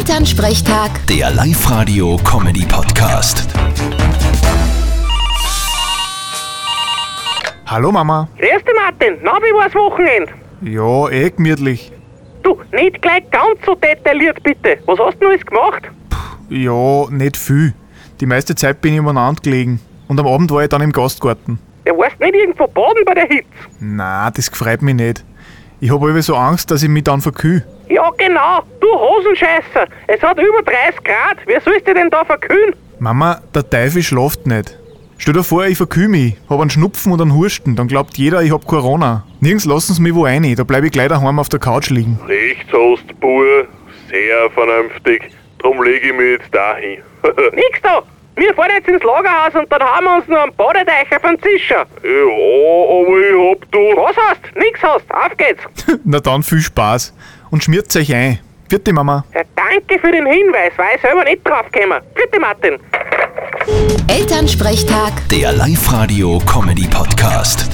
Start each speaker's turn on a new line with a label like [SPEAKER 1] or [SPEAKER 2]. [SPEAKER 1] Elternsprechtag,
[SPEAKER 2] Der Live-Radio-Comedy-Podcast.
[SPEAKER 3] Hallo Mama.
[SPEAKER 4] Grüß dich, Martin. Na, wie war's Wochenende?
[SPEAKER 3] Ja, eh gemütlich.
[SPEAKER 4] Du, nicht gleich ganz so detailliert, bitte. Was hast du denn alles gemacht?
[SPEAKER 3] Ja, nicht viel. Die meiste Zeit bin ich umeinander gelegen. Und am Abend war ich dann im Gastgarten.
[SPEAKER 4] Ja, warst nicht irgendwo baden bei der Hitze?
[SPEAKER 3] Na, das gefreut mich nicht. Ich habe irgendwie so Angst, dass ich mich dann verkühl.
[SPEAKER 4] Ja, genau. Du Hosenscheißer. Es hat über 30 Grad. Wer sollst du denn da verkühlen?
[SPEAKER 3] Mama, der Teufel schlaft nicht. Stell dir vor, ich verkühl mich, hab einen Schnupfen und einen Husten, dann glaubt jeder, ich hab Corona. Nirgends lassen sie mich wo rein, da bleib ich gleich daheim auf der Couch liegen.
[SPEAKER 5] Nichts hast, Bur, sehr vernünftig. Drum lege ich mich jetzt dahin.
[SPEAKER 4] Nix da. Wir fahren jetzt ins Lagerhaus und dann haben wir uns noch einen Badeteich auf den
[SPEAKER 5] ja,
[SPEAKER 4] Zischer.
[SPEAKER 5] aber ich hab da.
[SPEAKER 4] Was hast? Nix hast. Auf geht's.
[SPEAKER 3] Na dann viel Spaß. Und schmiert euch ein. Vierte Mama.
[SPEAKER 4] Ja, danke für den Hinweis. War ich selber nicht drauf gekommen. Bitte, Martin.
[SPEAKER 1] Elternsprechtag.
[SPEAKER 2] Der Live-Radio-Comedy-Podcast.